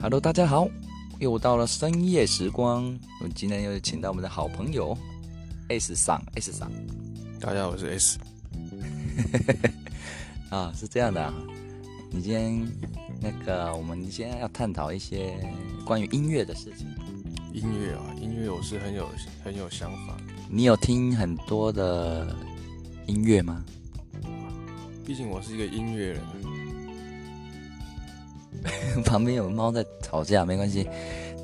Hello，大家好，又到了深夜时光，我们今天又请到我们的好朋友 S 上 S 上大家好，我是 S。啊，是这样的啊，你今天那个我们今天要探讨一些关于音乐的事情。音乐啊，音乐我是很有很有想法，你有听很多的音乐吗？ 毕竟我是一个音乐人。旁边有猫在吵架，没关系。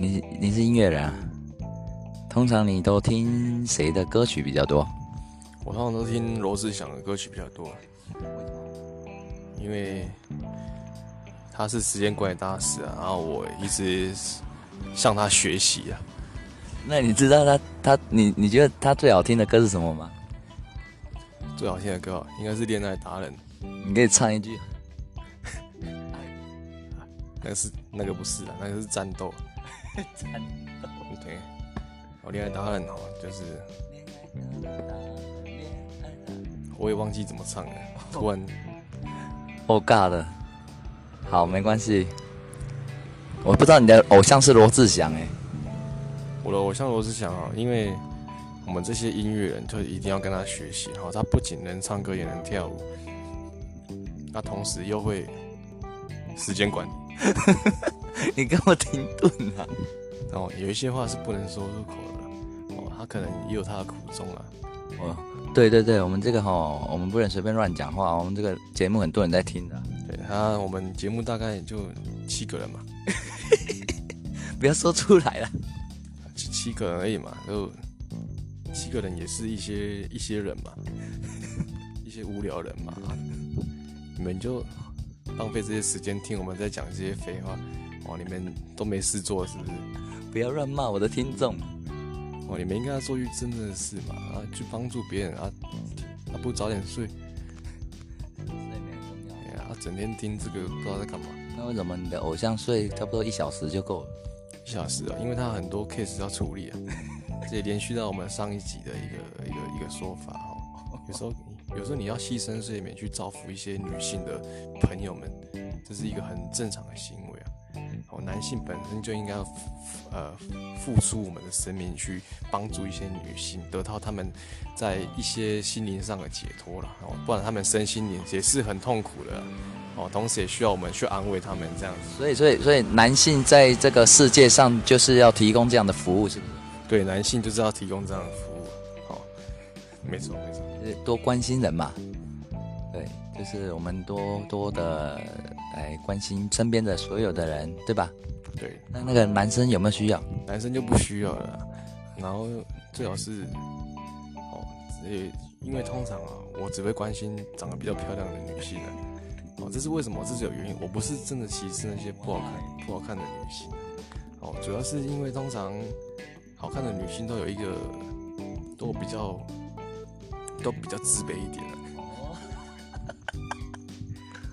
你你是音乐人啊？通常你都听谁的歌曲比较多？我通常都听罗志祥的歌曲比较多，啊因为他是时间管理大师啊，然后我一直向他学习啊。那你知道他他你你觉得他最好听的歌是什么吗？最好听的歌啊应该是《恋爱达人》，你可以唱一句。那个是那个不是啊，那个是战斗。战对，哦，《恋爱达人》哦，就是我也忘记怎么唱了，突然哦尬的，好没关系。我不知道你的偶像是罗志祥哎、我的偶像罗志祥啊，因为我们这些音乐人就一定要跟他学习哈、他不仅能唱歌，也能跳舞，那同时又会时间管理。你跟我停顿啊！哦，有一些话是不能说出口的哦，他可能也有他的苦衷啊。哦，对对对，我们这个哈、我们不能随便乱讲话，我们这个节目很多人在听的，对他，我们节目大概就七个人嘛，不要说出来了。七七个人而已嘛，就七个人也是一些一些人嘛， 一些无聊人嘛，啊你们就浪费这些时间听我们在讲这些废话，哦，你们都没事做是不是？不要乱骂我的听众。哦，你们应该要做一真正的事嘛，啊，去帮助别人啊，啊，不早点睡，哎呀，啊，整天听这个不知道在干嘛，那为什么你的偶像睡差不多一小时就够了？一小时啊，因为他很多 case 要处理啊，这也连续到我们上一集的一个一个一个说法哦，有时候有时候你要牺牲睡眠去造福一些女性的朋友们，这是一个很正常的行为啊。哦，男性本身就应该要付呃付出我们的生命去帮助一些女性，得到她们在一些心灵上的解脱了。哦，不然她们身心灵也是很痛苦的啊。哦，同时也需要我们去安慰她们这样子。所以所以所以男性在这个世界上就是要提供这样的服务，是不是？对，男性就是要提供这样的服务。好、没错没错。就是多关心人嘛。对，就是我们多多的来关心身边的所有的人，对吧？对，那那个男生有没有需要？男生就不需要了啦。然后最好是哦，也因为通常啊，我只会关心长得比较漂亮的女性啊。哦，这是为什么？这是有原因。我不是真的歧视那些不好看、不好看的女性啊。哦，主要是因为通常好看的女性都有一个都比较都比较自卑一点啊。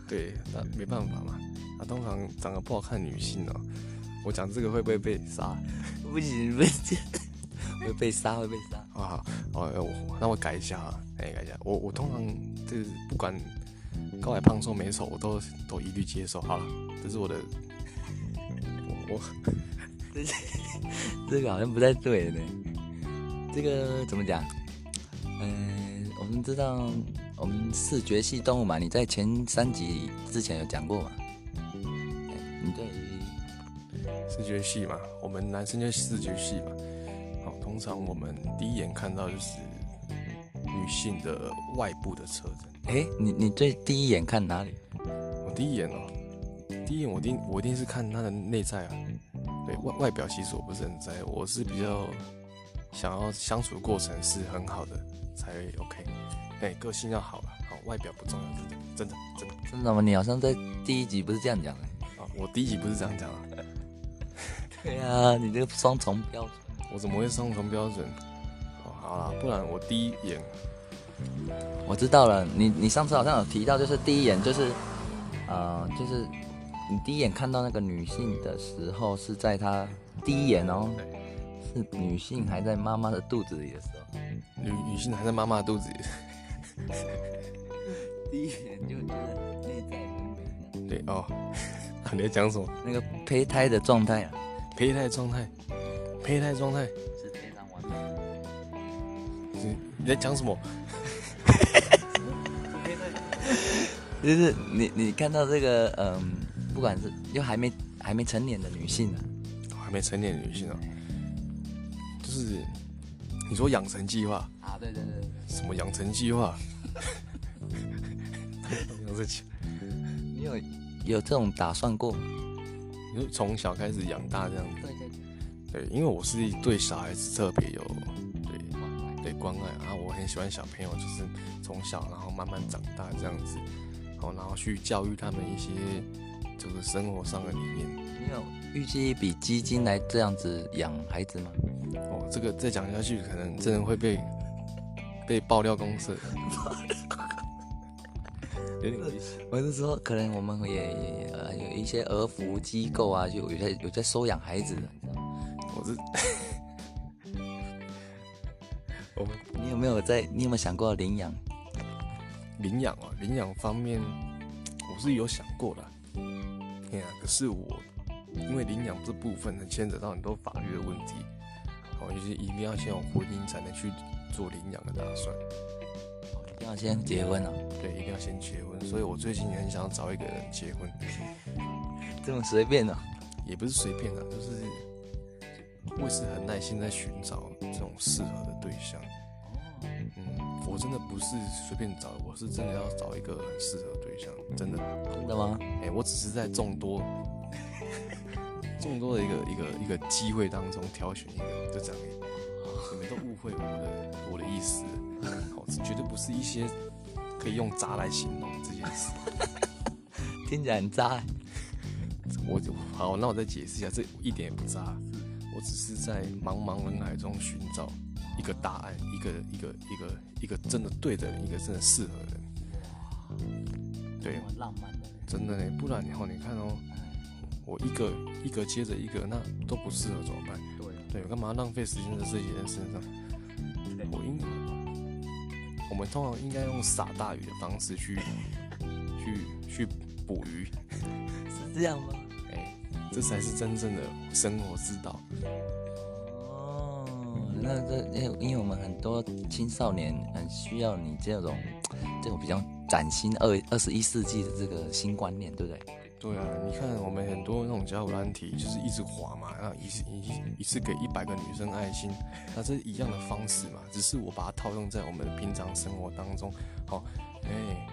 对，那没办法嘛。啊，通常长得不好看的女性呢、我讲这个会不会被杀？不行，不行，会被杀，会被杀。啊，哦，呃我那我改一下啊，哎，改一下。我我通常就是不管高矮胖瘦美丑，我都都一律接受。好了，这是我的，我我这个好像不太对呢。这个怎么讲？嗯、我们知道我们视觉系动物嘛，你在前三集之前有讲过嘛？哎你对于视觉系嘛，我们男生就视觉系嘛。好，通常我们第一眼看到就是女性的外部的特征。哎，你你最第一眼看哪里？我第一眼哦，第一眼我一定我一定是看她的内在啊，对外外表其实我不是很在意，我是比较想要相处的过程是很好的才 OK，哎，个性要好了，好外表不重要，真的真的真的真的吗？你好像在第一集不是这样讲的。啊，我第一集不是这样讲啊，对啊，你这个双重标准。我怎么会双重标准？哦，好啦，不然我第一眼我知道了，你你上次好像有提到，就是第一眼就是，呃，就是你第一眼看到那个女性的时候，是在她第一眼哦，是女性还在妈妈的肚子里的时候，女女性还在妈妈的肚子里，第一眼就觉得内在对哦， 你在讲什么？那个胚胎的状态啊，胚胎状态，胚胎状态，是非常完美。你你在讲什么？就是你你看到这个嗯，不管是又还没还没成年的女性啊，还没成年的女性啊，就是你说养成计划，啊对对对对，什么养成计划？ 养成计，你有有这种打算过吗？你说从小开始养大这样子，对对对，对，因为我是对小孩子特别有对对关爱啊，我很喜欢小朋友，就是从小然后慢慢长大这样子，好，然后去教育他们一些就是生活上的理念。你有预计一笔基金来这样子养孩子吗？哦，这个再讲下去可能真的会被被爆料公社，有点危险。我是说，可能我们也也也呃有一些儿福机构啊，就有在有在收养孩子的，你知道吗我是 我们你有没有在？你有没有想过领养？领养哦，领养方面我是有想过的，哎呀、可是我因为领养这部分呢，牵扯到很多法律的问题，哦，就是一定要先有婚姻才能去做领养的打算，一定要先结婚啊？对，一定要先结婚，所以我最近也很想要找一个人结婚，这么随便呢、啊也不是随便的，就是我也是很耐心在寻找这种适合的对象，嗯，我真的不是随便找，我是真的要找一个很适合的对象，真的。真的吗？哎、我只是在众多 众多的一个一个一个机会当中挑选一个，就这样而已。你们都误会我的我的意思，好，这绝对不是一些可以用渣来形容这件事。听起来很渣欸、我就好，那我再解释一下，这一点也不渣，我只是在茫茫人海中寻找一个答案，一个一个一个一个真的对的人，一个真的适合的人。对，浪漫的。真的嘞，不然你后你看哦，我一个一个接着一个，那都不适合怎么办？对啊，对，干嘛浪费时间在这些人身上？我应，我们通常应该用撒大鱼的方式去去去捕鱼，是这样吗？哎、这才是真正的生活之道。哦，那这因为因为我们很多青少年很需要你这种这种比较崭新二二十一世纪的这个新观念，对不对？对啊，你看我们很多那种交友软体，就是一直滑嘛，然后一次一一次给一百个女生爱心，那这是一样的方式嘛，只是我把它套用在我们的平常生活当中，好、哎、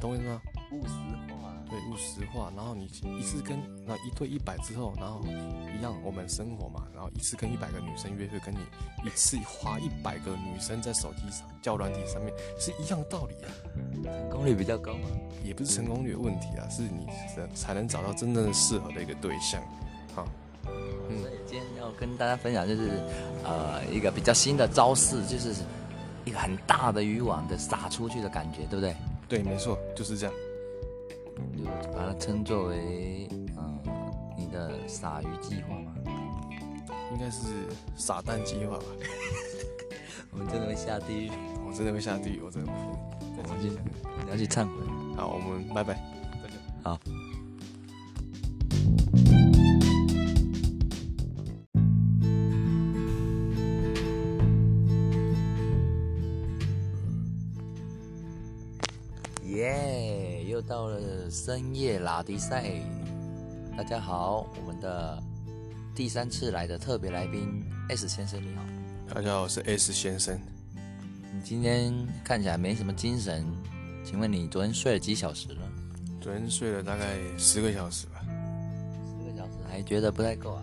懂我意思吗？务实化。对，务实化。然后你一次跟那一对一百之后，然后一样我们生活嘛，然后一次跟一百个女生约会，跟你一次花一百个女生在手机上交友软体上面是一样的道理啊，成功率比较高嘛。也不是成功率的问题啊，是你才能找到真正的适合的一个对象啊。嗯所以今天要跟大家分享就是，呃，一个比较新的招式，就是一个很大的渔网的撒出去的感觉，对不对？对，没错，就是这样。就把它称作为嗯、你的撒鱼计划吗？应该是撒旦计划吧？ 我们真的会下地狱，我真的会下地狱，我真的不服。再我见们去你要去忏悔。好，我们拜拜。好，耶！又到了深夜拉迪赛，大家好，我们的第三次来的特别来宾 S 先生你好，大家好，我是 S 先生。你今天看起来没什么精神，请问你昨天睡了几小时了？昨天睡了大概十个小时吧。十个小时，还觉得不太够啊？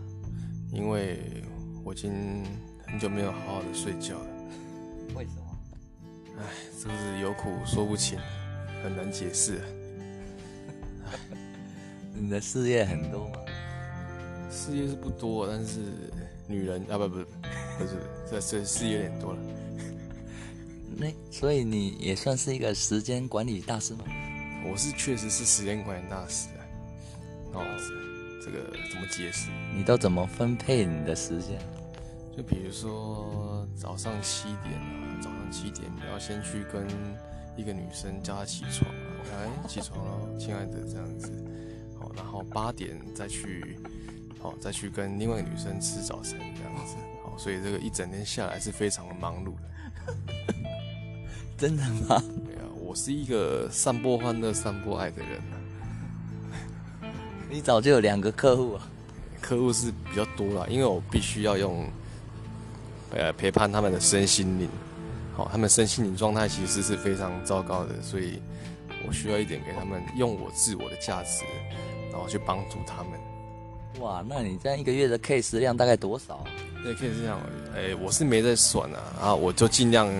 因为我已经很久没有好好的睡觉了，为什么？唉，真是有苦说不清，很难解释啊。你的事业很多吗？事业是不多，但是女人啊，不不不是，这这事业有点多了。那所以你也算是一个时间管理大师吗？我是确实是时间管理大师啊，哦，这个怎么解释？你都怎么分配你的时间？就比如说早上七点啊，早上七点你要先去跟一个女生叫她起床啊，哎，起床了，亲爱的，这样子。哦，哦，然后八点再去，哦，再去跟另外一个女生吃早餐这样子，哦，所以这个一整天下来是非常的忙碌的。真的吗？对啊，我是一个散播欢乐、散播爱的人啊， 你早就有两个客户啊？客户是比较多啦，因为我必须要用，呃，陪伴他们的身心灵，好、他们身心灵状态其实是非常糟糕的，所以我需要一点给他们用我自我的价值，然后去帮助他们。哇，那你这样一个月的 case 量大概多少啊？也可以这样，哎、我是没在算啊，啊，我就尽量，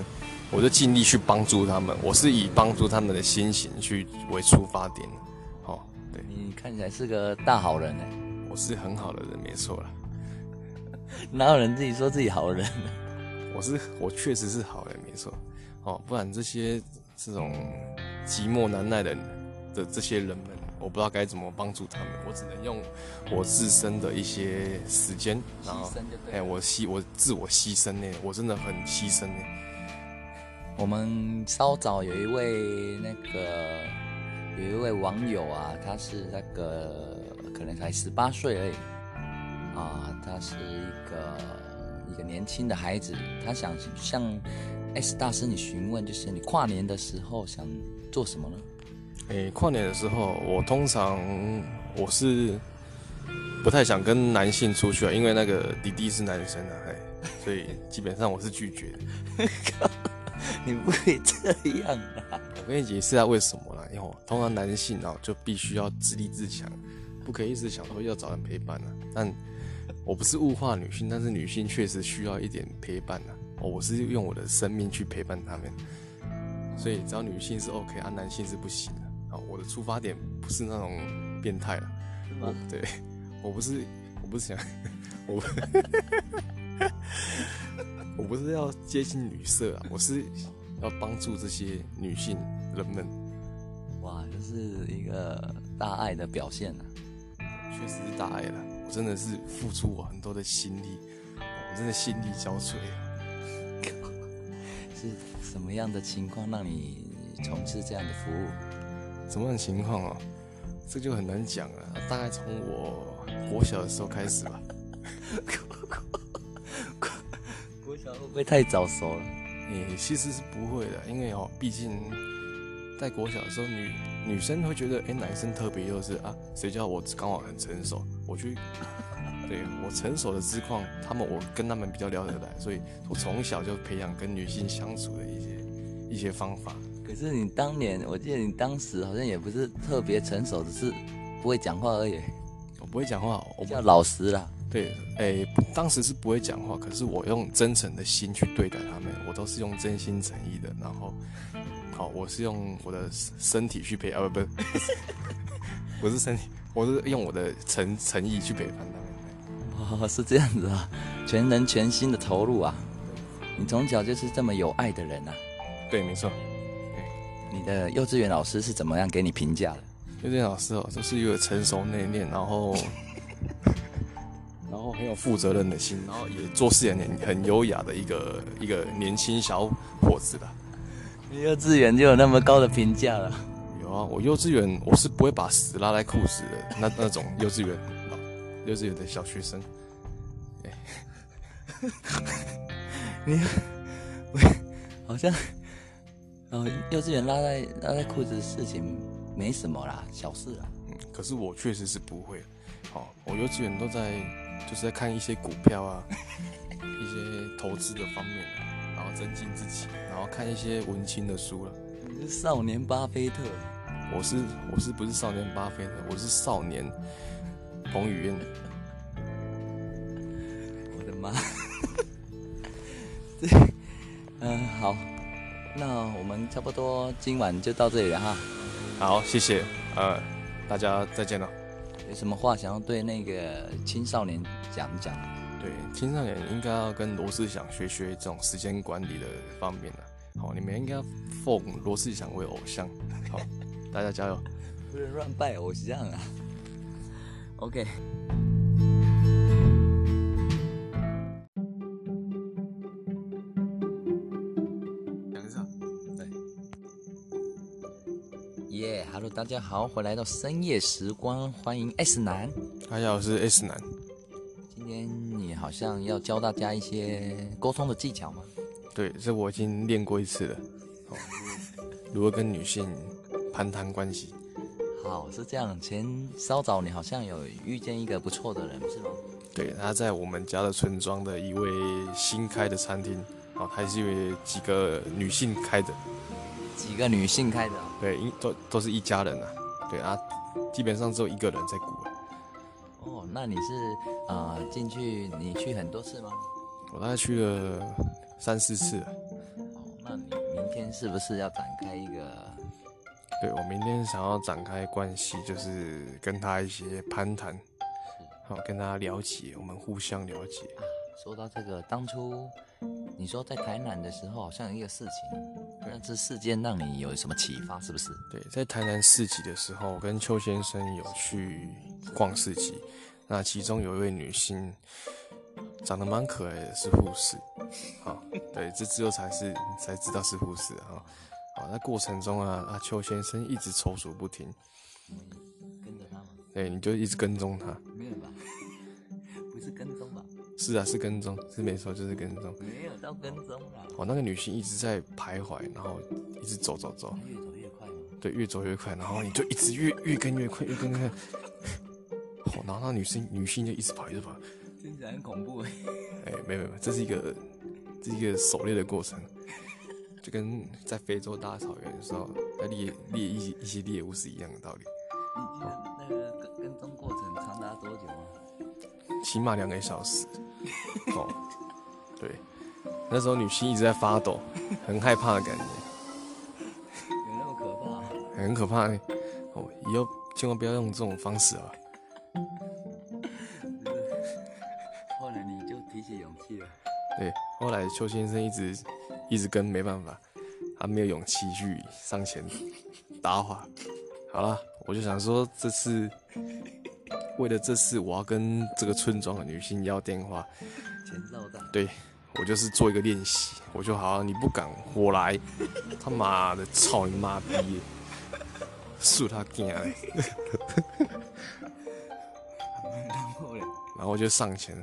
我就尽力去帮助他们，我是以帮助他们的心情去为出发点，哦，对，你看起来是个大好人哎、我是很好的人，没错啦。哪 有人自己说自己好人？我是我确实是好人，没错。哦，不然这些这种寂寞难耐的的这些人们，我不知道该怎么帮助他们，我只能用我自身的一些时间，然后牺牲就对了哎、我牺我自我牺牲呢，我真的很牺牲呢。我们稍早有一位那个有一位网友啊，他是那个可能才十八岁而已啊，他是一个一个年轻的孩子，他想向 S 大师你询问，就是你跨年的时候想做什么呢？诶、哎跨年的时候，我通常我是不太想跟男性出去啊，因为那个弟弟是男生啊，哎，所以基本上我是拒绝的。你不可以这样啊！我跟你解释一下为什么啦，因为我通常男性啊就必须要自立自强，不可以一直想说要找人陪伴啊。但我不是物化女性，但是女性确实需要一点陪伴啊。哦，我是用我的生命去陪伴她们，所以只要女性是 OK 啊，男性是不行的啊。我的出发点不是那种变态了，我对我不是我不是想我不 我不是要接近女色啊，我是要帮助这些女性人们， 哇，这是一个大爱的表现啊！确实是大爱了。我真的是付出我很多的心力，我真的心力交瘁啊。是什么样的情况让你从事这样的服务？什么样的情况哦？这就很难讲了。大概从我国小的时候开始吧。我想会不会太早熟了？诶、其实是不会的，因为哦，毕竟在国小的时候，女女生会觉得，诶、男生特别幼稚啊，谁叫我刚好很成熟，我去， 对我成熟的之况，他们我跟他们比较聊得来，所以我从小就培养跟女性相处的一些一些方法。可是你当年，我记得你当时好像也不是特别成熟，只是不会讲话而已，我不会讲话，我比不较老实啦。对，诶、当时是不会讲话，可是我用真诚的心去对待他们，我都是用真心诚意的。然后，好，我是用我的身身体去陪啊，不不， 不是身体，我是用我的诚诚意去陪伴他们。哦， 是这样子啊，全人全心的投入啊。你从小就是这么有爱的人啊。对，没错。你的幼稚园老师是怎么样给你评价的？幼稚园老师哦，就是一个成熟内敛，然后然后很有负责任的心，然后也做事也很很优雅的一个一个年轻小伙子吧。你幼稚园就有那么高的评价了？有啊，我幼稚园我是不会把屎拉在裤子的，那那种 幼稚园，啊幼稚园的小学生，你，我好像，哦，幼稚园拉在拉在裤子的事情没什么啦，小事啦。嗯，可是我确实是不会，哦，我幼稚园都在就是在看一些股票啊，一些投资的方面啊、然后增进自己，然后看一些文青的书了、啊你是少年巴菲特，我是我是不是少年巴菲特？我是少年彭于晏。我的 妈！对，嗯、好，那我们差不多今晚就到这里了哈。好，谢谢，呃，大家再见了。有什么话想要对那个青少年讲一讲？对，青少年应该要跟罗志祥学学这种时间管理的方面啊。好，你们应该奉罗志祥为偶像。好，大家加油。不能乱拜偶像啊。OK。讲一下，对。耶、哈 h e l l o 大家好，回来到深夜时光，欢迎 S 男。还有是 S 男，今天你好像要教大家一些沟通的技巧吗？对，这我已经练过一次了。哦如何跟女性攀谈关系？好，是这样，前稍早你好像有遇见一个不错的人，是吗？对，他在我们家的村庄的一位新开的餐厅，哦，还是有几个女性开的，几个女性开的哦，对，因都都是一家人啊，对啊，基本上只有一个人在顾啊。哦，那你是呃进去你去很多次吗？我大概去了三四次了，哦，那你明天是不是要展开一个？对我明天想要展开关系，就是跟他一些攀谈，好、跟他了解，我们互相了解。说到这个，当初你说在台南的时候，好像有一个事情，那这事件让你有什么启发？是不是？对，在台南市集的时候，我跟邱先生有去逛市集，那其中有一位女性长得蛮可爱的，是护士。好，对，这之后才是才知道是护士啊。好，那过程中啊，啊邱先生一直踌躇不停，跟着他吗？对，你就一直跟踪他。没有吧？ 不是跟踪吧？是啊，是跟踪，是没错，就是跟踪。没有到跟踪啊啦，哦，那个女性一直在徘徊，然后一直走走走，越走越快吗？哦对，越走越快，然后你就一直越越跟越快，越跟越快。哦，然后那女性女性就一直跑，一直跑。听起来很恐怖哎。哎、没有没有，这是一个这是一个狩猎的过程，就跟在非洲大草原的时候在猎猎一一些猎物是一样的道理。你记得那个跟跟踪过程长达多久吗？起码两个小时。哦，对，那时候女性一直在发抖，很害怕的感觉，有那么可怕？很可怕、哦，以后千万不要用这种方式啊。后来你就提起勇气了。对，后来邱先生一直一直跟，没办法，他没有勇气去上前搭话。好了，我就想说，这次为了这次，我要跟这个村庄的女性要电话。前哨战，对我就是做一个练习，我就好，你不敢，我来。他妈的，操你妈逼 的！是他啊干的，然后嘞，然后我就上前，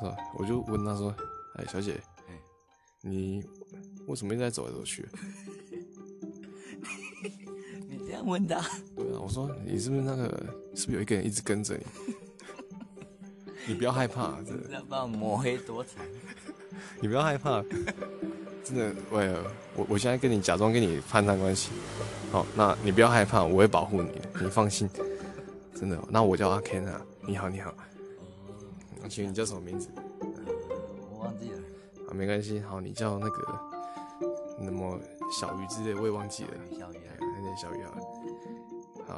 是吧？我就问他说：“哎，小姐，哎你为什么一直在走来走去？”你这样问他，对啊，我说你是不是那个？是不是有一个人一直跟着你？ 你不要害怕，啊真的， 那把我抹黑多惨。你不要害怕，真的，喂，我我现在跟你假装跟你攀谈关系，好，那你不要害怕，我会保护你的，你放心，真的。那我叫阿 Ken 啊，你好，你好，请问你叫什么名字？呃我忘记了，啊，没关系，好，你叫那个那么小鱼之类，我也忘记了，小鱼哎啊，那叫小鱼好了，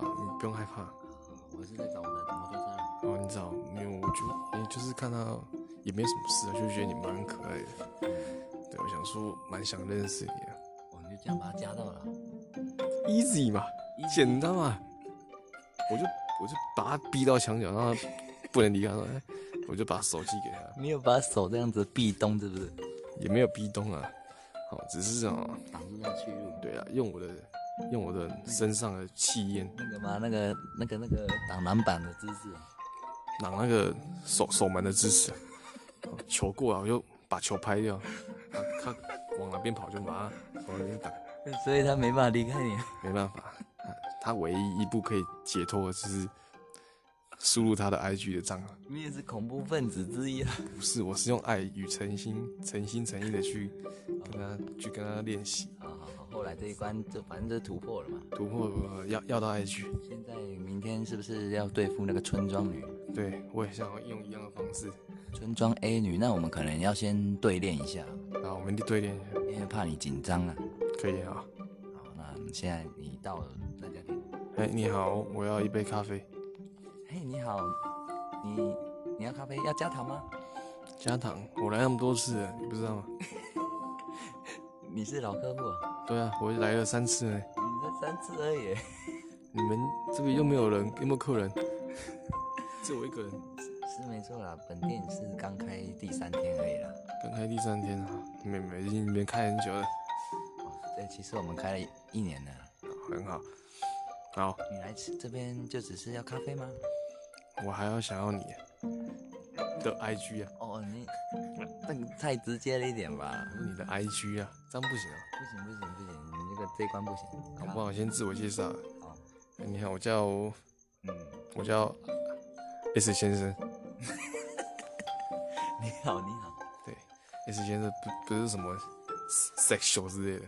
好，你不用害怕。我是在找我的摩托车了。哦，你知道没有？我就也就是看到也没什么事啊，就觉得你蛮可爱的。对，我想说蛮想认识你啊我们就这样把它加到了。 ，easy 嘛，简单嘛。我就我就把他逼到墙角，让他不能离开。说哎我就把手机给他，你有把手这样子壁咚，是不是？也没有逼咚啊，哦，只是啊，挡住那去路。对啊，用我的用我的身上的气焰那个嘛，那个那个那个挡篮板的姿势，挡那个守守门的姿势，哦球过来我就把球拍掉，他他往哪边跑就把他往哪边打。所以他没办法离开你。没办法，他他唯一一步可以解脱的就是输入他的 IG 的账号。你也是恐怖分子之一啊！不是，我是用爱与诚心、诚心诚意的去跟他去跟他练习好好好，后来这一关就反正就突破了嘛。突破，呃要要到 IG。现在明天是不是要对付那个村庄女？对我也想要用一样的方式，村庄 A 女，那我们可能要先对练一下，然后我们对练一下，因为怕你紧张啊。可以啊。好，那现在你到了，大家可以。哎，你好，我要一杯咖啡，嘿，你好，你你要咖啡要加糖吗？加糖。我来那么多次了，你不知道吗？你是老客户、啊，对啊，我来了三次了。你才三次而已。你们这边又没有人，有没有客人？ 只有我一个人。是没错啦，本店是刚开第三天而已啦。刚开第三天啊，没没已经没开很久了，哦，对，其实我们开了一一年了。很好。好，你来吃这边就只是要咖啡吗？我还要想要你的 IG 啊，哦，你那个太直接了一点吧。我说你的 IG 啊，这样不行啊，不行不行不行，你这个这一关不行。好不好？先自我介绍。啊好，你好，我叫啊嗯，我叫 S 先生。你好你好，对，S 先生不不是什么 sexual 之类的，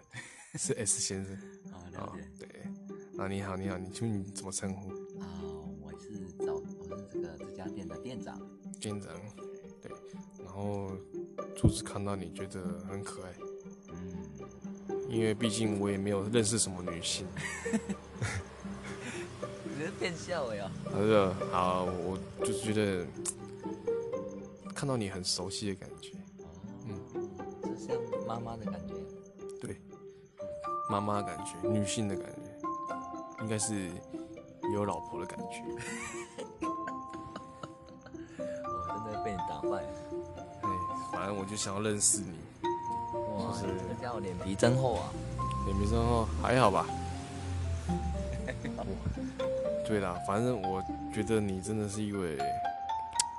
是 S 先生好啊、了解。对，啊，你好，你好，你请你怎么称呼？啊、我是早，我是这个这家店的店长。店长。对，然后初次看到你觉得很可爱，嗯，因为毕竟我也没有认识什么女性。你是变笑了呀？好的，好，我就觉得看到你很熟悉的感觉。哦，就像妈妈的感觉。对，妈妈的感觉，女性的感觉，应该是有老婆的感觉。我真哦的被你打败了。对，哎反正我就想要认识你。哇，就是你这个家伙脸皮真厚啊！也没说哦，还好吧。我对啦，反正我觉得你真的是一位，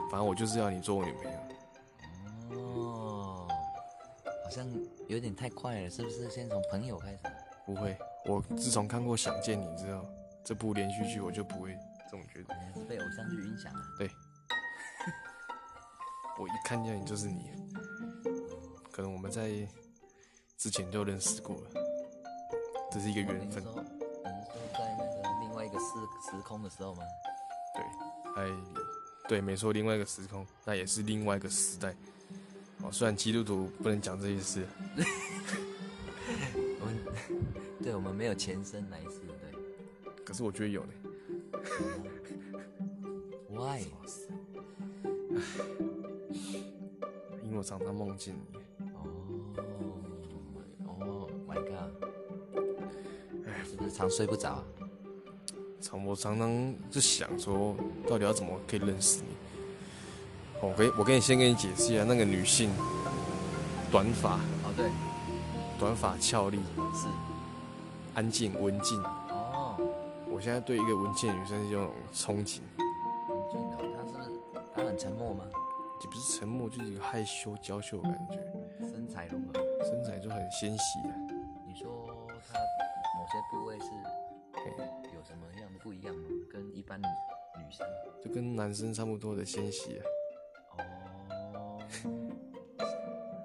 反正我就是要你做我女朋友。哦，好像有点太快了，是不是？先从朋友开始。不会，我自从看过《想见你》之后，这部连续剧我就不会这种觉得。你还是被偶像剧影响了。对， 我一看见你就是你，可能我们在之前就认识过了，这是一个缘你是分。说，你是说在那个另外一个时时空的时候吗？对，哎，对，没错，另外一个时空，那也是另外一个时代。哦，虽然基督徒不能讲这些事，我们对我们没有前身来世，对。可是我觉得有呢。 Why？因为我常常梦见你，哦哦，My God！是不是常睡不着啊？常我常常就想说，到底要怎么可以认识你？哦我跟我跟你先跟你解释一下，那个女性，短发，哦，对，短发俏丽，是。安静文静。哦，我现在对一个文静的女生是有种憧憬，文俊哦，他是不是他很沉默吗？也不是沉默，就是一个害羞娇羞的感觉，身材如何？身材就很纤细啊的。你说他某些部位是嘿有什么样的不一样吗？跟一般女女生？就跟男生差不多的纤细、啊。哦，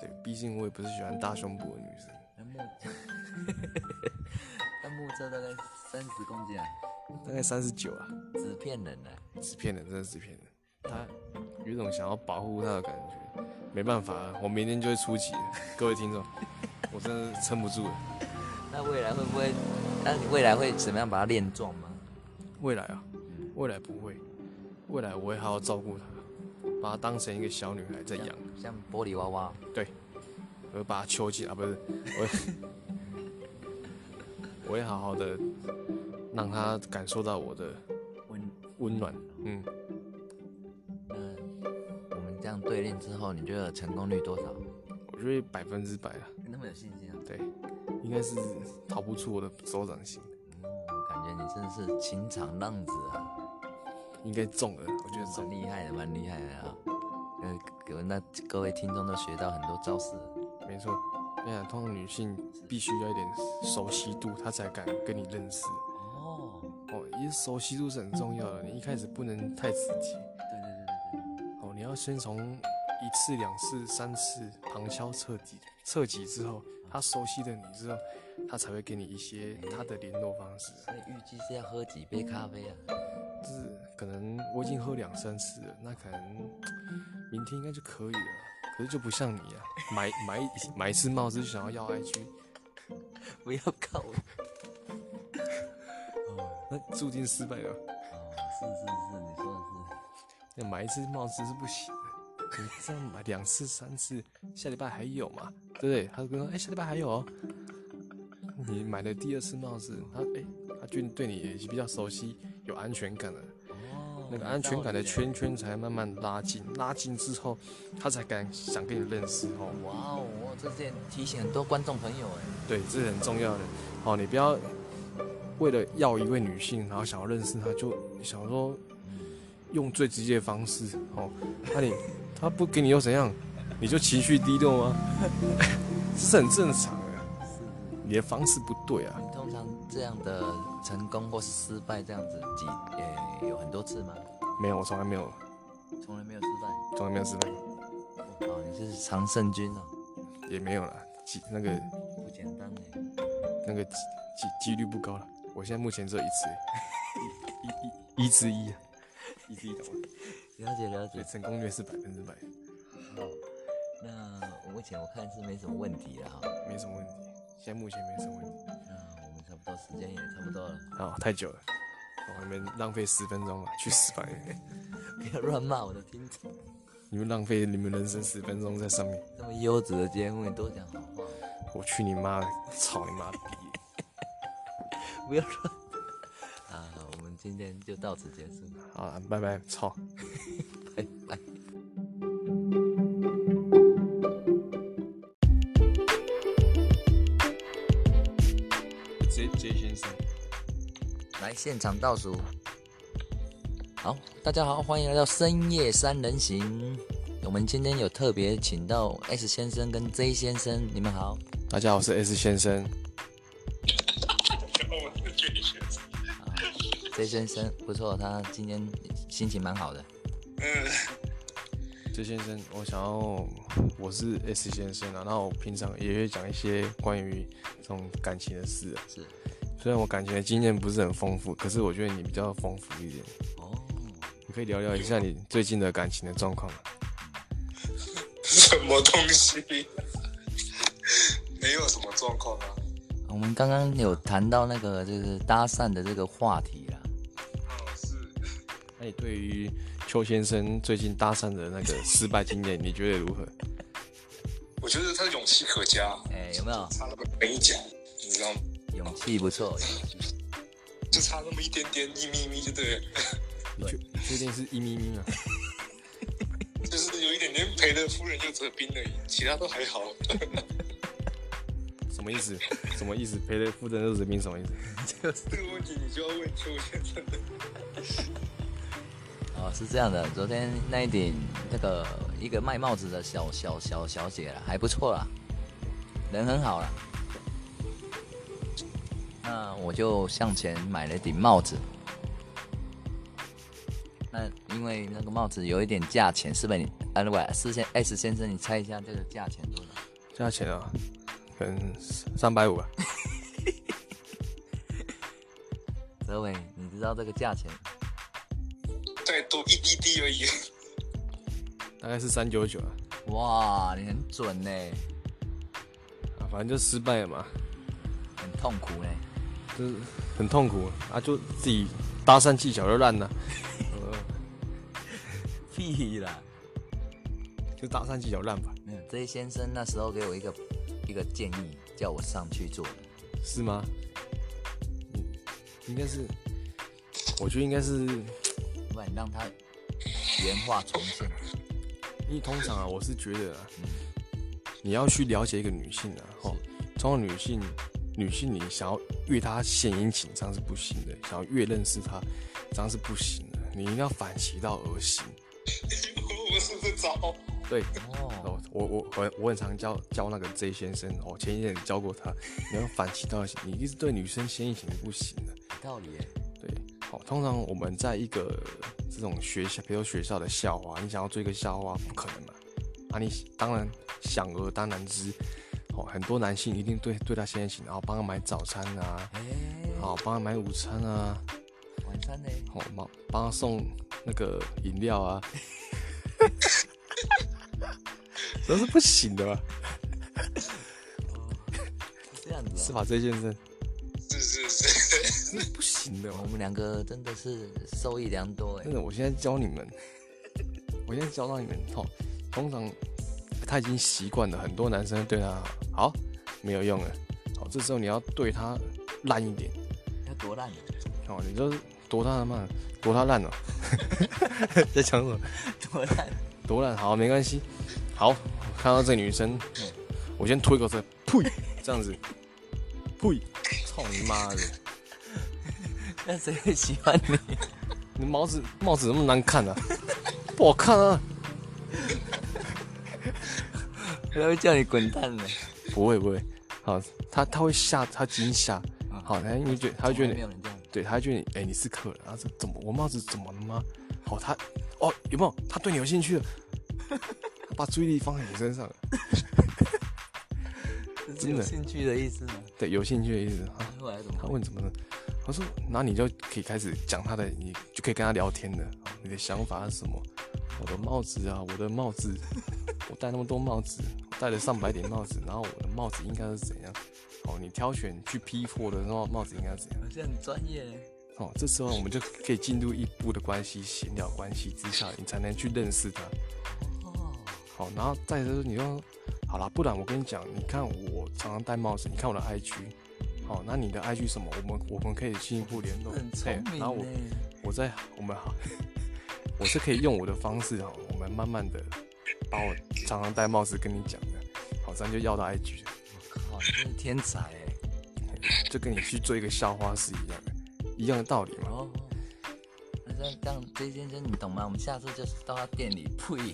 对，毕竟我也不是喜欢大胸部的女生， 那目， 那目测大概三十公斤啊，大概三十九啊，纸片人啊。纸片人，真的纸片人。她有一种想要保护她的感觉，没办法、啊，我明天就会出击了，各位听众，我真的撑不住了。那未来会不会？那你未来会怎么样把它练壮吗？未来啊，未来不会，未来我会好好照顾她，把她当成一个小女孩在养。像玻璃娃娃。对，我会把她囚禁啊，不是，我会 我会好好的让她感受到我的温，温暖。嗯，那我们这样对练之后，你觉得成功率多少？我觉得百分之百了，那么有信心啊！对，应该是逃不出我的手掌心，嗯，感觉你真的是情场浪子啊，应该中了，我觉得中蛮厉害的，蛮厉害的啊！呃，各位那各位听众都学到很多招式。了，没错。哎呀，通常女性必须要一点熟悉度，她才敢跟你认识。哦，哦，因为熟悉度是很重要的，你一开始不能太直接。对对对对哦，你要先从一次、两次、三次旁敲侧击，侧击之后，她熟悉了你之后，她才会给你一些她的联络方式。对，所以预计是要喝几杯咖啡啊？就是可能我已经喝两三次了，那可能明天应该就可以了。可是就不像你啊，买买一买一次帽子就想要要 IG， 不要靠我。那注定失败了。哦，是是是，你说的那买一次帽子是不行的，你这样买两次三次，下礼拜还有嘛？对不对？他就跟我说，哎、下礼拜还有哦。你买了第二次帽子，他哎、他就对你也比较熟悉，有安全感了。是。哦，那个安全感的有道理耶。圈圈才慢慢拉近，拉近之后，他才敢想跟你认识哦。哇哦，这件提醒很多观众朋友哎。对，这是很重要的。哦，你不要为了要一位女性，然后想要认识她，就想说用最直接的方式哦，那、你她不给你又怎样？你就情绪低落吗？ 这是很正常的啊，你的方式不对啊。你通常这样的成功或是失败这样子几也有很多次吗？没有，我从来没有，从来没有失败。从来没有失败，哦，你是常胜军哦，也没有啦，几那个不简单呢。那个几几几率不高了。我现在目前只有一次，一一一一之一啊，一之一懂吗？了解了所以解。成功率是百分之百，好，那我目前我看是没什么问题了哈。没什么问题。现在目前没什么问题。那我们差不多时间也差不多了，啊，太久了，我们浪费十分钟了， 去死吧！你们不要乱骂我的听众。你们浪费你们人生十分钟在上面，这么优质的节目，你多讲好话，我去你妈的，操你妈逼！不要乱。啊，我们今天就到此结束，好了，拜拜，操！拜拜。 J J 先生，来现场倒数。好，大家好，欢迎来到深夜三人行。我们今天有特别请到 S 先生跟 J 先生，你们好。大家好，我是 S 先生。我是觉得， J 先生不错，他今天心情蛮好的。嗯， J 先生，我想要，我是 S 先生啊，那我平常也会讲一些关于这种感情的事、啊。是虽然我感情的经验不是很丰富，可是我觉得你比较丰富一点，哦，你可以聊聊一下你最近的感情的状况啊。什么东西？没有什么状况啊。我们刚刚有谈到那个就是搭讪的这个话题啊啦。嗯，是那你对于邱先生最近搭讪的那个失败经验，你觉得如何？我觉得他勇气可嘉，啊哎，有没有差那么一脚，你知道吗？勇气不错？就差那么一点点，一咪咪就对了，你确你确定是一咪咪吗？就是有一点点赔了夫人又折兵而已，其他都还好。什么意思？什么意思？赔了夫人又折兵什么意思？这个问题你就要问邱先生了。哦，是这样的，昨天那一顶那个一个卖帽子的小小小小姐啦，还不错啦，人很好啦。啊那我就向前买了顶帽子。那因为那个帽子有一点价钱，是不是你？啊，不，四先 S 先生，你猜一下这个价钱多少？价钱啊，可能三百五吧。泽伟，你知道这个价钱？再多一滴滴而已，大概是三九九啊，哇，你很准呢，啊反正就失败了嘛，很痛苦呢。就是很痛苦啊，就自己搭讪技巧就烂了、呃 屁啦！就搭讪技巧烂吧，没有，这些先生那时候给我一个一个建议，叫我上去做的。是吗？嗯，应该是，我觉得应该是，不然你让他原话重现。因为通常啊，我是觉得啊，你要去了解一个女性啊，哦，通常女性，女性你想要越她献殷勤，这样是不行的；想要越认识她，这样是不行的。你一定要反其道而行。我是这招。对，哦，哦，我我我我很常教教那个 J 先生，哦，前一阵教过他，你要反其道而行，你一直对女生先行是不行的。有道理耶。对，好，通常我们在一个这种学校，比如说学校的校花，你想要追个校花，不可能嘛？啊，你当然想而当然之，哦，很多男性一定对对她先行，然后帮她买早餐啊，哎，好，帮她买午餐啊，晚餐呢？好，帮帮她送那个饮料啊， 这是不行的吧？是这样子、哦。是吧，J 先生？是是是，这是不行的我哦。们两个真的是受益良多哎真。的，我现在教你们，我现在教到你们哦。通常他已经习惯了，很多男生对他好没有用了。好，这时候你要对他烂一点，要多烂啊！哦，你就是多他的嘛，多他烂了、 在讲什么？多烂！多烂？好，没关系。好，我看到这女生，我先推过去，呸，这样子，呸，操你妈的！那谁会喜欢你？你帽子帽子那么难看啊，不好看啊！他会叫你滚蛋的。不会不会，好，他他会吓，他惊吓，好，他因为觉得他会觉啊得没你有，人这样。对，他会觉得你，哎、你是客人啊，这怎么我帽子怎么了吗？好，他哦，有没有他对你有兴趣了？ 他把注意力放在你身上了，这是真的有兴趣的意思吗？对，有兴趣的意思啊。后来怎么他办？问怎么了？他说，那你就可以开始讲他的，你就可以跟他聊天了。啊你的想法是什么？我的帽子啊，我的帽子， 我戴那么多帽子，我戴了上百顶帽子，然后我的帽子应该是怎样？哦，你挑选去批货的帽帽子应该是怎样？好像很专业耶。哦，这时候我们就可以进入一步的关系闲聊关系之下，你才能去认识他。哦，好，然后再就是你就好啦，不然我跟你讲，你看我常常戴帽子，你看我的 IG，好，那你的 IG 什么，我们我们可以进一步联络。很对聪明欸然后我呢。我在我们好， 我是可以用我的方式哈，我们慢慢的把我常常戴帽子跟你讲的，好，这样就要到 IG 了，我靠，你真是天才哎！就跟你去做一个校花是一样的，一样的道理嘛。哦，那这样这样，这先生你懂吗？我们下次就是到他店里呸，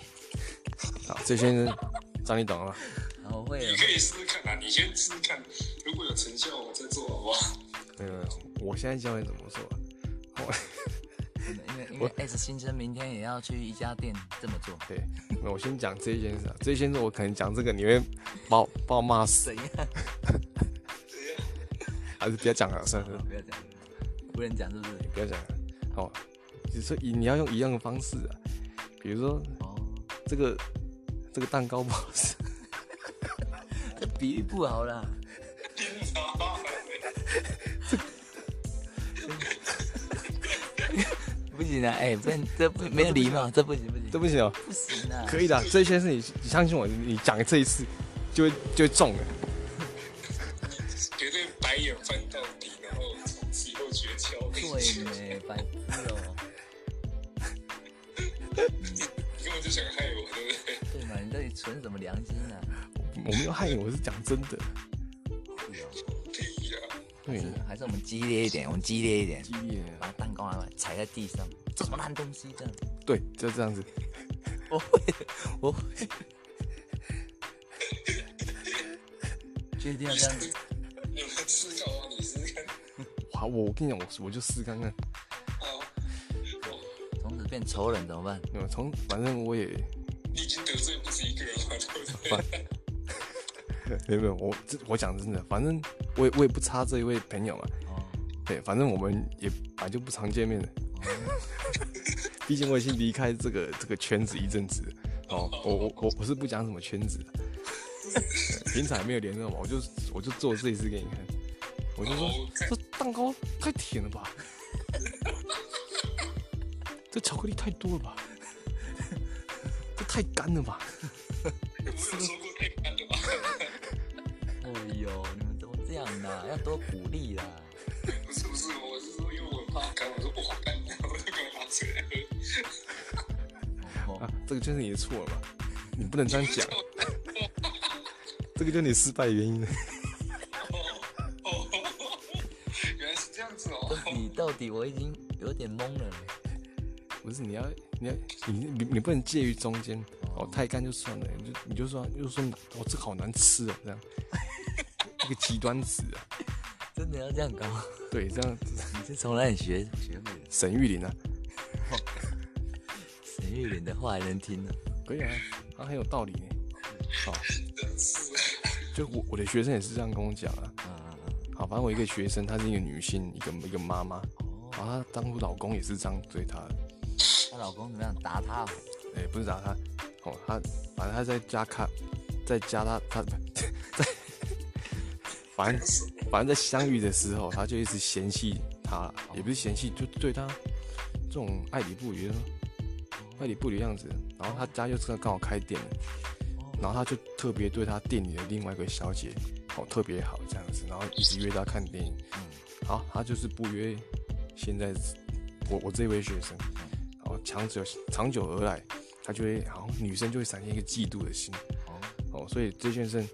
好，这先生，张你啊懂了吗？然后会你可以试试看啊，你先试试看，如果有成效，我再做好不好？ 没有没有，我现在教你怎么做、啊。因为因为 S 先生明天也要去一家店这么做，对，那我先讲这一件事、啊，这一件事我可能讲这个你会把我 把我骂死怎，样？ 还是不要讲了，算了，不要讲，不能讲是不是？不要讲了。好，只是以你要用一样的方式啊，比如说哦，这个这个蛋糕不好吃，这比喻不好啦。不行啊，哎、不能，这不没有礼貌，这不行不行， 对不起哦，不行啊！可以的啊，这些事你你相信我，你讲这一次就会就会中了。绝对白眼翻到底，然后从此以后绝交。对呢，白痴哦，你根本就想害我，对不对？对嘛？你到底存什么良心啊？我没有害你，我是讲真的。屁呀、对，还是我们激烈一点，我们激烈一点，激烈啊，把蛋糕拿来踩在地上，什么烂东西这样？对，就这样子。我会，我会。确定要 这样子？你们思考啊，你试试看。哇，我我跟你讲，我我就试看看。好，从此变仇人怎么办？没有从反正我也你已经得罪不止一个人了，对不对？没有没有，我这我讲真的，反正我也我也不差这一位朋友嘛。哦，对，反正我们也本来就不常见面的，哦 毕竟我已经离开这个这个圈子一阵子了。哦，我我我我是不讲什么圈子的，对平常也没有联络嘛，我就我就做这一次给你看，我就说哦看这蛋糕太甜了吧，这巧克力太多了吧，这太干了吧。我有说过太干了吧？哎呦，你们怎么这样的、要多鼓励啊啦！不是不是，我是说因为我很怕干，我说不好干，我就给我拿水来喝。哦， 啊，这个就是你的错了嘛，你不能这样讲，这个就是你失败的原因了。原来是这样子到哦。底到底我已经有点懵了。不是你要你要你你你不能介于中间，哦，太干就算了，你就你就说就说哦这个好难吃哦这样，一个极端值啊，真的要这样搞？对，这样 你是从哪里学学会的？沈玉琳啊，沈玉莲的话还能听呢？可以啊，他很有道理呢，好，是就我我的学生也是这样跟我讲啊，啊啊啊！好，反正我一个学生，她是一个女性，一个一个妈妈，哦，然后她当初老公也是这样对她的，她老公怎么样打她？啊哎、不是打他，哦，他反正他在家看，在家他他在，反正反正在相遇的时候，他就一直嫌弃他，也不是嫌弃，就对他这种爱理不理的，爱理不理的样子。然后他家又是刚好开店的，然后他就特别对他店里的另外一个小姐，哦，特别好这样子，然后一直约她看电影。好，他就是不约现在我我这位学生，然后长久长久而来，他就会好像女生就会闪现一个嫉妒的心哦哦，所以这先生，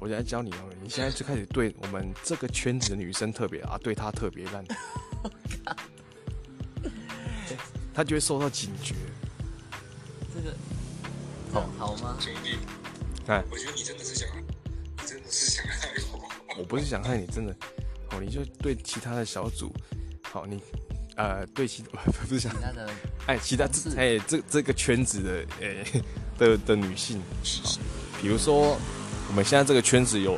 我现在教你哦，你现在就开始对我们这个圈子的女生特别啊，对她特别烂，她就会受到警觉。这个好好吗？兄弟，哎，我觉得你真的是想，你真的是想害我。我不是想害你，真的，哦，你就对其他的小组，好，你呃，对其 不是想其他的哎，其他是这哎这这个圈子的哎的的女性，好比如说我们现在这个圈子有，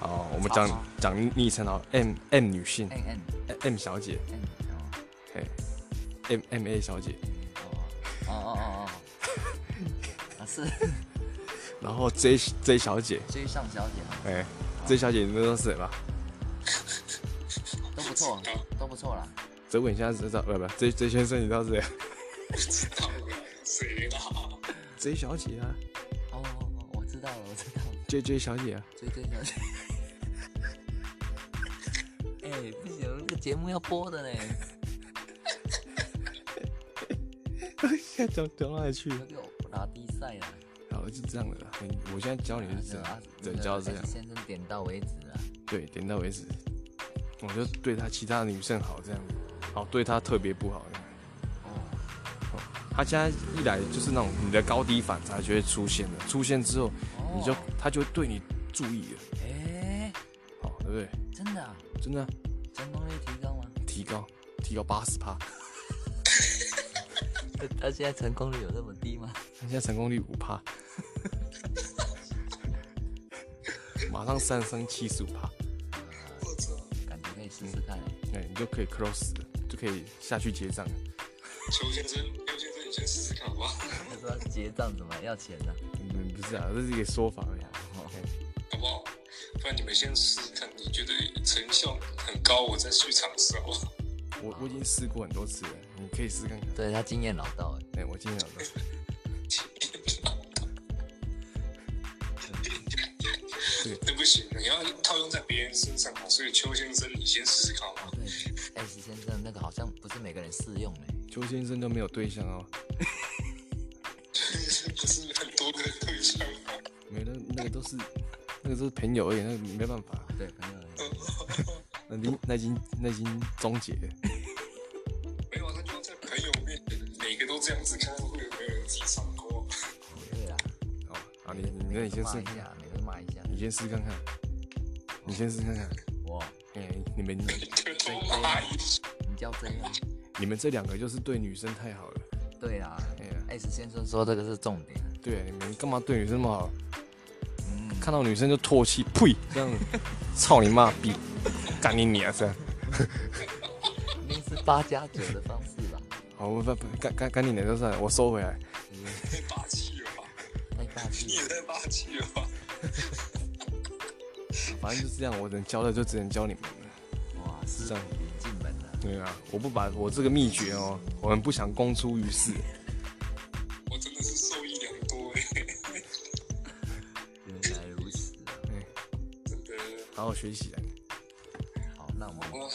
哦，我们讲好好哎讲昵称啊，M M 女性 N N ，M 小姐， N 哦哎，M M A 小姐，哦哦哦哦哦， 啊是然后 J J 小姐，追上小姐啊哎，J 小姐你知道是谁吧？都不错，都不错啦。这问一下知道，不不，J J 先生你知道是谁啊不知道了，谁啦？ ？J 小姐啊哦哦哦，我知道了，我知道了， ，J J 小姐啊，追追小姐。哎、不行，这个节目要播的呢，现在讲讲到哪里去了？要给我拉低赛啦。好，就这样的啦。我我现在教你是这啊样，这对，个教这样 S。先生点到为止啊。对，点到为止。我就对他其他女生好这样，好对他特别不好这样。哦，他现在一来就是那种你的高低反差就会出现了，出现之后哦你就他就会对你注意了，哎、好对不对？真的啊，真的啊成功率提高吗？提高提高八十趴，他他现在成功率有这么低吗？他现在成功率五趴，马上上升七十五趴，我操！感觉可以试试看、欸。哎，你就可以 close 了，就可以下去结账了。邱先生，邱先生，你先试试看好不好？ 他说要结账怎么要钱呢、嗯，不是啊，这是一个说法而已啊。好不好？不然你们先试试看，你觉得成效很高，我再去尝试好不 好？我我已经试过很多次了，你可以试看看。对他经验老道哎、哎、我今天有的。那不行，你要套用在别人身上啊。所以邱先生，你先试试看好不好？对，S 先生那个好像不是每个人适用哎、邱先生都没有对象哦，不是很多个对象吗？没了，那个都是，那个都是朋友而已，那个没办法，对，朋友而已那已经那已经那已经终结了。 没有啊，他就要在朋友面前，每个都这样子，看会有没有人自己上钩。 对啦，好，哦好，你你那你先骂试一，下，每个人骂一下。你先试看看，你先试看看。哇，哎、你们你就多骂一下，你叫这样？你们这两个就是对女生太好了，对啦哎呀，S 先生说这个是重点。对啊，你们干嘛对女生那么好？嗯，看到女生就唾弃，呸，这样，操你妈逼，干你娘这样。肯定是八加九的方式吧？好，我不不干干干你娘就算了，我收回来。太霸气了吧？ 太霸你气也了，太霸气了吧？反正就是这样，我能教的就只能教你们了。哇，师傅这样领进门了。对啊，我不把我这个秘诀哦，我们不想公诸于世。我真的是受益良多哎、原来如此啊！哎， 真的。好好学习啊！好，那我们哇，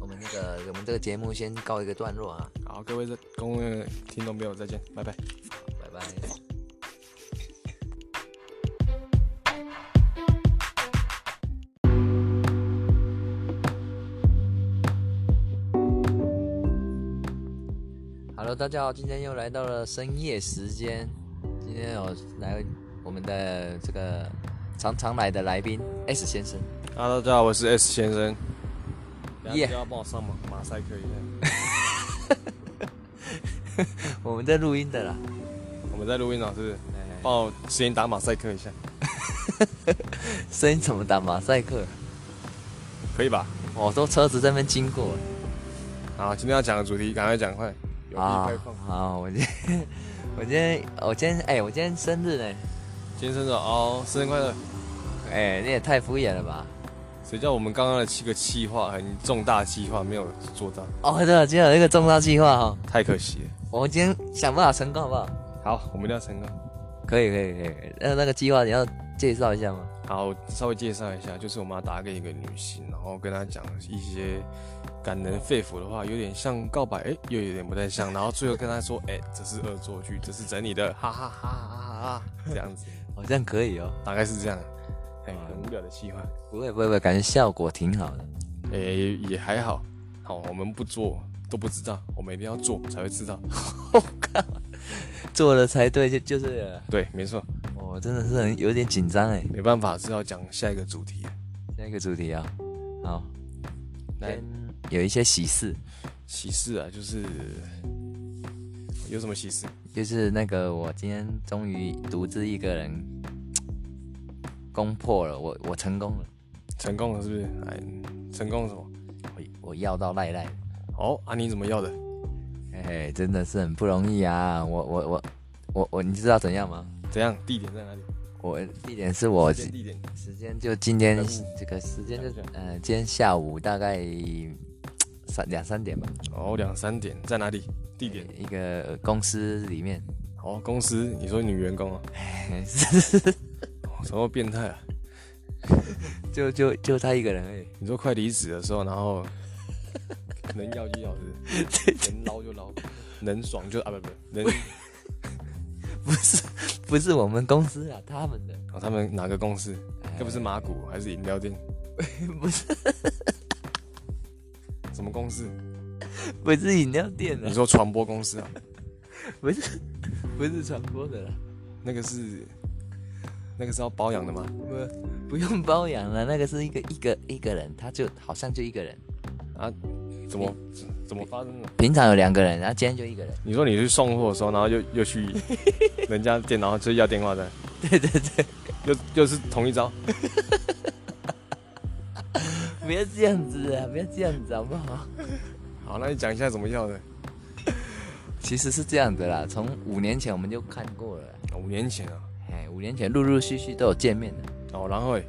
我们那个我们这个节目先告一个段落啊，好，各位公位听众朋友，再见，拜拜。拜拜。Hello，大家好，今天又来到了深夜时间。今天有来我们的这个常常来的来宾 S 先生， Hello，大家好，我是 S 先生。耶要帮我上马马赛克一下。我们在录音的啦。我们在录音哦老师，帮我时间打马赛克一下，声音怎么打马赛克？可以吧？我、都车子在那边经过了。好，今天要讲的主题，赶快讲快，有啊力开放。好，我今天我今天我今天哎、我今天生日呢，今天生日哦，生日快乐！哎、你也太敷衍了吧？谁叫我们刚刚的七个计划很重大计划没有做到，哦，对了，今天有一个重大计划哈，太可惜了。我们今天想办法成功好不好？好，我们一定要成功。可以可以可以，那那个计划你要介绍一下吗？好，我稍微介绍一下，就是我妈打给一个女性，然后跟她讲一些感人肺腑的话，有点像告白，哎、又有点不太像，然后最后跟她说，哎、这是恶作剧，这是整你的，哈哈哈哈哈哈，这样子，好像可以哦，大概是这样。很很无聊的计划。不会不会不会，感觉效果挺好的。诶、哎也还好，好，我们不做都不知道，哎我们一定要做才会知道。我靠，做了才对，就就是了。对，没错，我真的是很有点紧张哎。没办法，是要讲下一个主题。下一个主题啊，好，来，有一些喜事，喜事啊，就是有什么喜事？就是那个我今天终于独自一个人攻破了，我我成功了，成功了是不是？哎，成功了什么？我我要到赖赖，哦啊，你怎么要的？哎，真的是很不容易啊！我我我我我，你知道怎样吗？怎样？地点在哪里？我地点是我时间地点。时间就今天人物这个时间就讲一呃，今天下午大概三两三点吧，哦，两三点在哪里？地点。一个公司里面， 哦，公司，你说女员工啊？哦什么变态啊？就就就他一个人而已。你说快离职的时候，然后能要就要，是不是能捞就捞，能爽就啊 不不能。不是不是我们公司啊，他们的哦，他们哪个公司？又不是马古还是饮料店？ 不是 什么公司？不是饮料店你的，说传播公司啊？不是 不是传播的啦，那个是那个是要包养的吗？不不用包养了，那个是一个一个一个人，他就好像就一个人，啊？怎么怎么发生的？平常有两个人，然后今天就一个人，你说你去送货的时候，然后又又去人家店，然后就要电话的， 对对对，又又是同一招。不要这样子啊，不要这样子好不好？好，那你讲一下怎么要的？其实是这样啊的啦，从五年前我们就看过了啦，五年前啊，哎，五年前陆陆续续都有见面的，哦，然后欸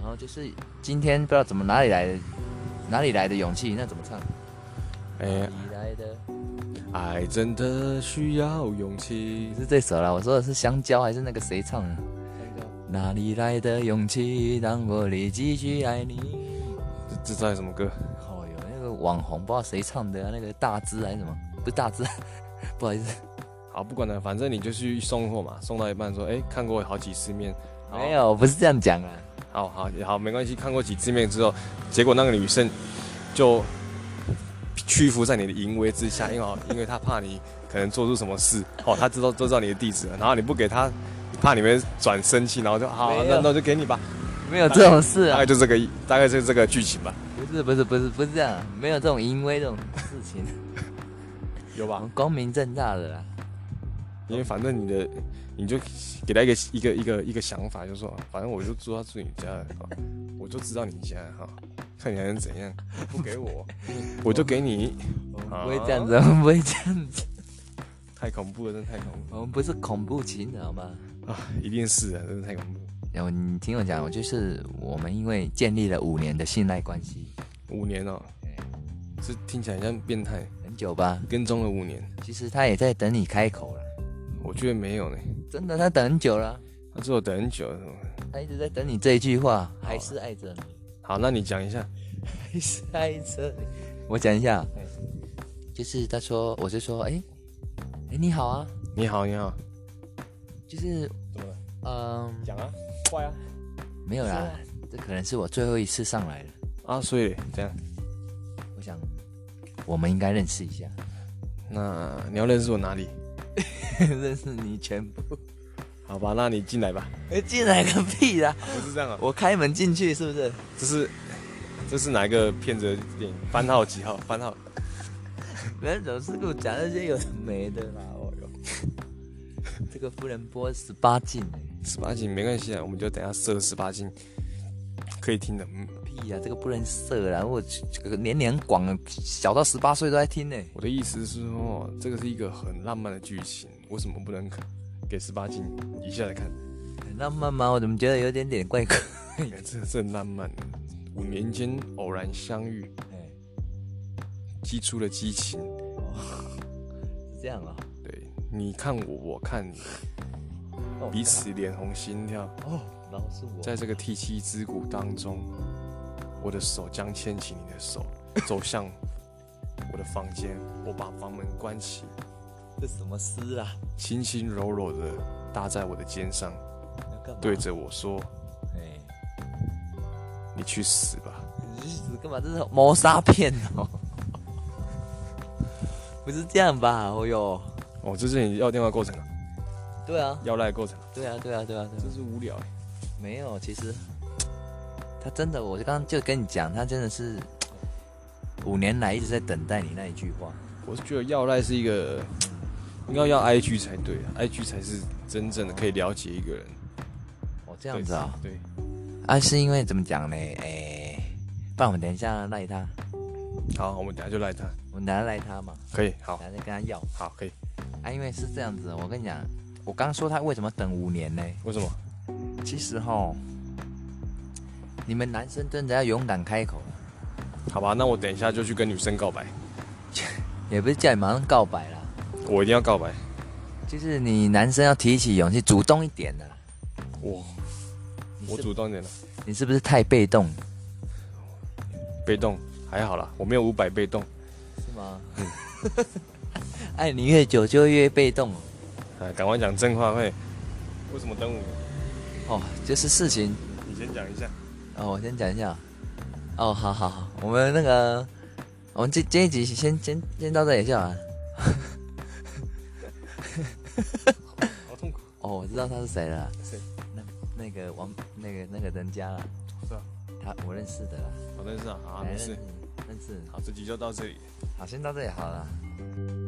然后就是今天不知道怎么哪里来的哪里来的勇气，那怎么唱？哎， 哪里来的？爱真的需要勇气不。是这首啦，我说的是香蕉还是那个谁唱的？哪里来的勇气让我立继续爱你？这这在什么歌？哦哟，那个网红不知道谁唱的啊、那个大只还是什么？不是大只， 不好意思，好，不管了，反正你就去送货嘛，送到一半说，哎、看过好几次面，好没，有，不是这样讲啊。好好好，没关系，看过几次面之后，结果那个女生就屈服在你的淫威之嗯下，因为哦因为她怕你可能做出什么事，哦，她知道都知道你的地址了，然后你不给她，怕你们转生气，然后就好，没有那那我就给你吧，没有这种事大啊概！就这个，大概就这个剧情吧，不是不是不是不是这样啊，没有这种淫威这种事情，啊有我吧们？光明正大的啦。因为反正你的，你就给她一个一个一个一个想法，就说，反正我就住到住你家了，哈我就知道你家哈，看你还能怎样，不 给我，我就给你，我们啊哦不会这样子，我们不会这样子，太恐怖了，真的太恐怖我们不是恐怖情人好吗？了啊！一定是的，真的太恐怖了。然后你听我讲，我就是我们因为建立了五年的信赖关系，五年哦、这听起来像变态，很久吧。跟踪了五年，其实他也在等你开口了，我觉得没有呢，真的，他等很久了，他只有等很久了。他一直在等你这一句话，还是爱着你，好，那你讲一下，还是爱着你。我讲一下，哎就是他说，我就说，哎、哎、你好啊，你好，你好，就是怎么了？嗯、呃讲啊，坏啊，没有啦，这可能是我最后一次上来了，啊，所以这样，我想我们应该认识一 下，那你要认识我哪里？认识你全部。好吧，那你进来吧。哎进来个屁啦！不是这样啊，我开门进去是不是？这是这是哪一个骗子的电影？番号几号？番号？不要总是给我讲那些有的没的啦！哦 哟，这个不能播十八禁欸十八禁没关系啊，我们就等一下设十八禁，可以听的。嗯，屁啊呀、这个不能射啦！我这个年龄很广啊，小到十八岁都在听呢、我的意思是说，这个是一个很浪漫的剧情，为什么不能给十八禁一下来看？ 很浪漫吗？我怎么觉得有点点怪怪？哎这这很浪漫。五年间偶然相遇，哎，激出了激情。是这样啊、对，你看我，我看你，哦彼此脸红心跳。哦，然后是我在这个涕泣之谷当中，我的手将牵起你的手，走向我的房间。我把房门关起，这什么诗啊？轻轻柔柔的搭在我的肩上，要干嘛对，着我说：“哎，去死吧！你去死干嘛？这是谋杀片哦， 不是这样吧？哦哟，哦，这是你要电话构成啊，对啊，要赖构成，对啊，对啊，对啊，对啊真是无聊欸。没有，其实他真的，我就刚刚就跟你讲，他真的是五年来一直在等待你那一句话。我是觉得要赖是一个，应该要 IG 才对啊，IG 才是真正的可以了解一个人。哦，这样子啊、对，对啊，是因为怎么讲呢？哎，不然我们等一下赖他，好，我们等下就赖他，我们等一下赖他嘛，可以，好等，一下再跟他要。好，可以。啊，因为是这样子，我跟你讲，我刚说他为什么等五年呢？为什么？其实哈，你们男生真的要勇敢开口，好吧，那我等一下就去跟女生告白，也不是叫你马上告白啦，我一定要告白。就是你男生要提起勇气，主动一点的啦。我你我是主动一点了，你是不是太被动？被动还好啦，我没有五百被动，是 吗？爱哎你越久就越被动哦哎，赶快讲正话会。为什么等我？哦，就是事情你先讲一下。哦，我先讲一下。哦，好好好，我们那个，我们这这一集先先先到这里就好了。好痛苦。哦，我知道他是谁了啦，谁？那那个王，那个那个人家了，是啊，他我认识的啦，我认识啊，啊，哎没事。，认识认识。好，这集就到这里。好，先到这里好了。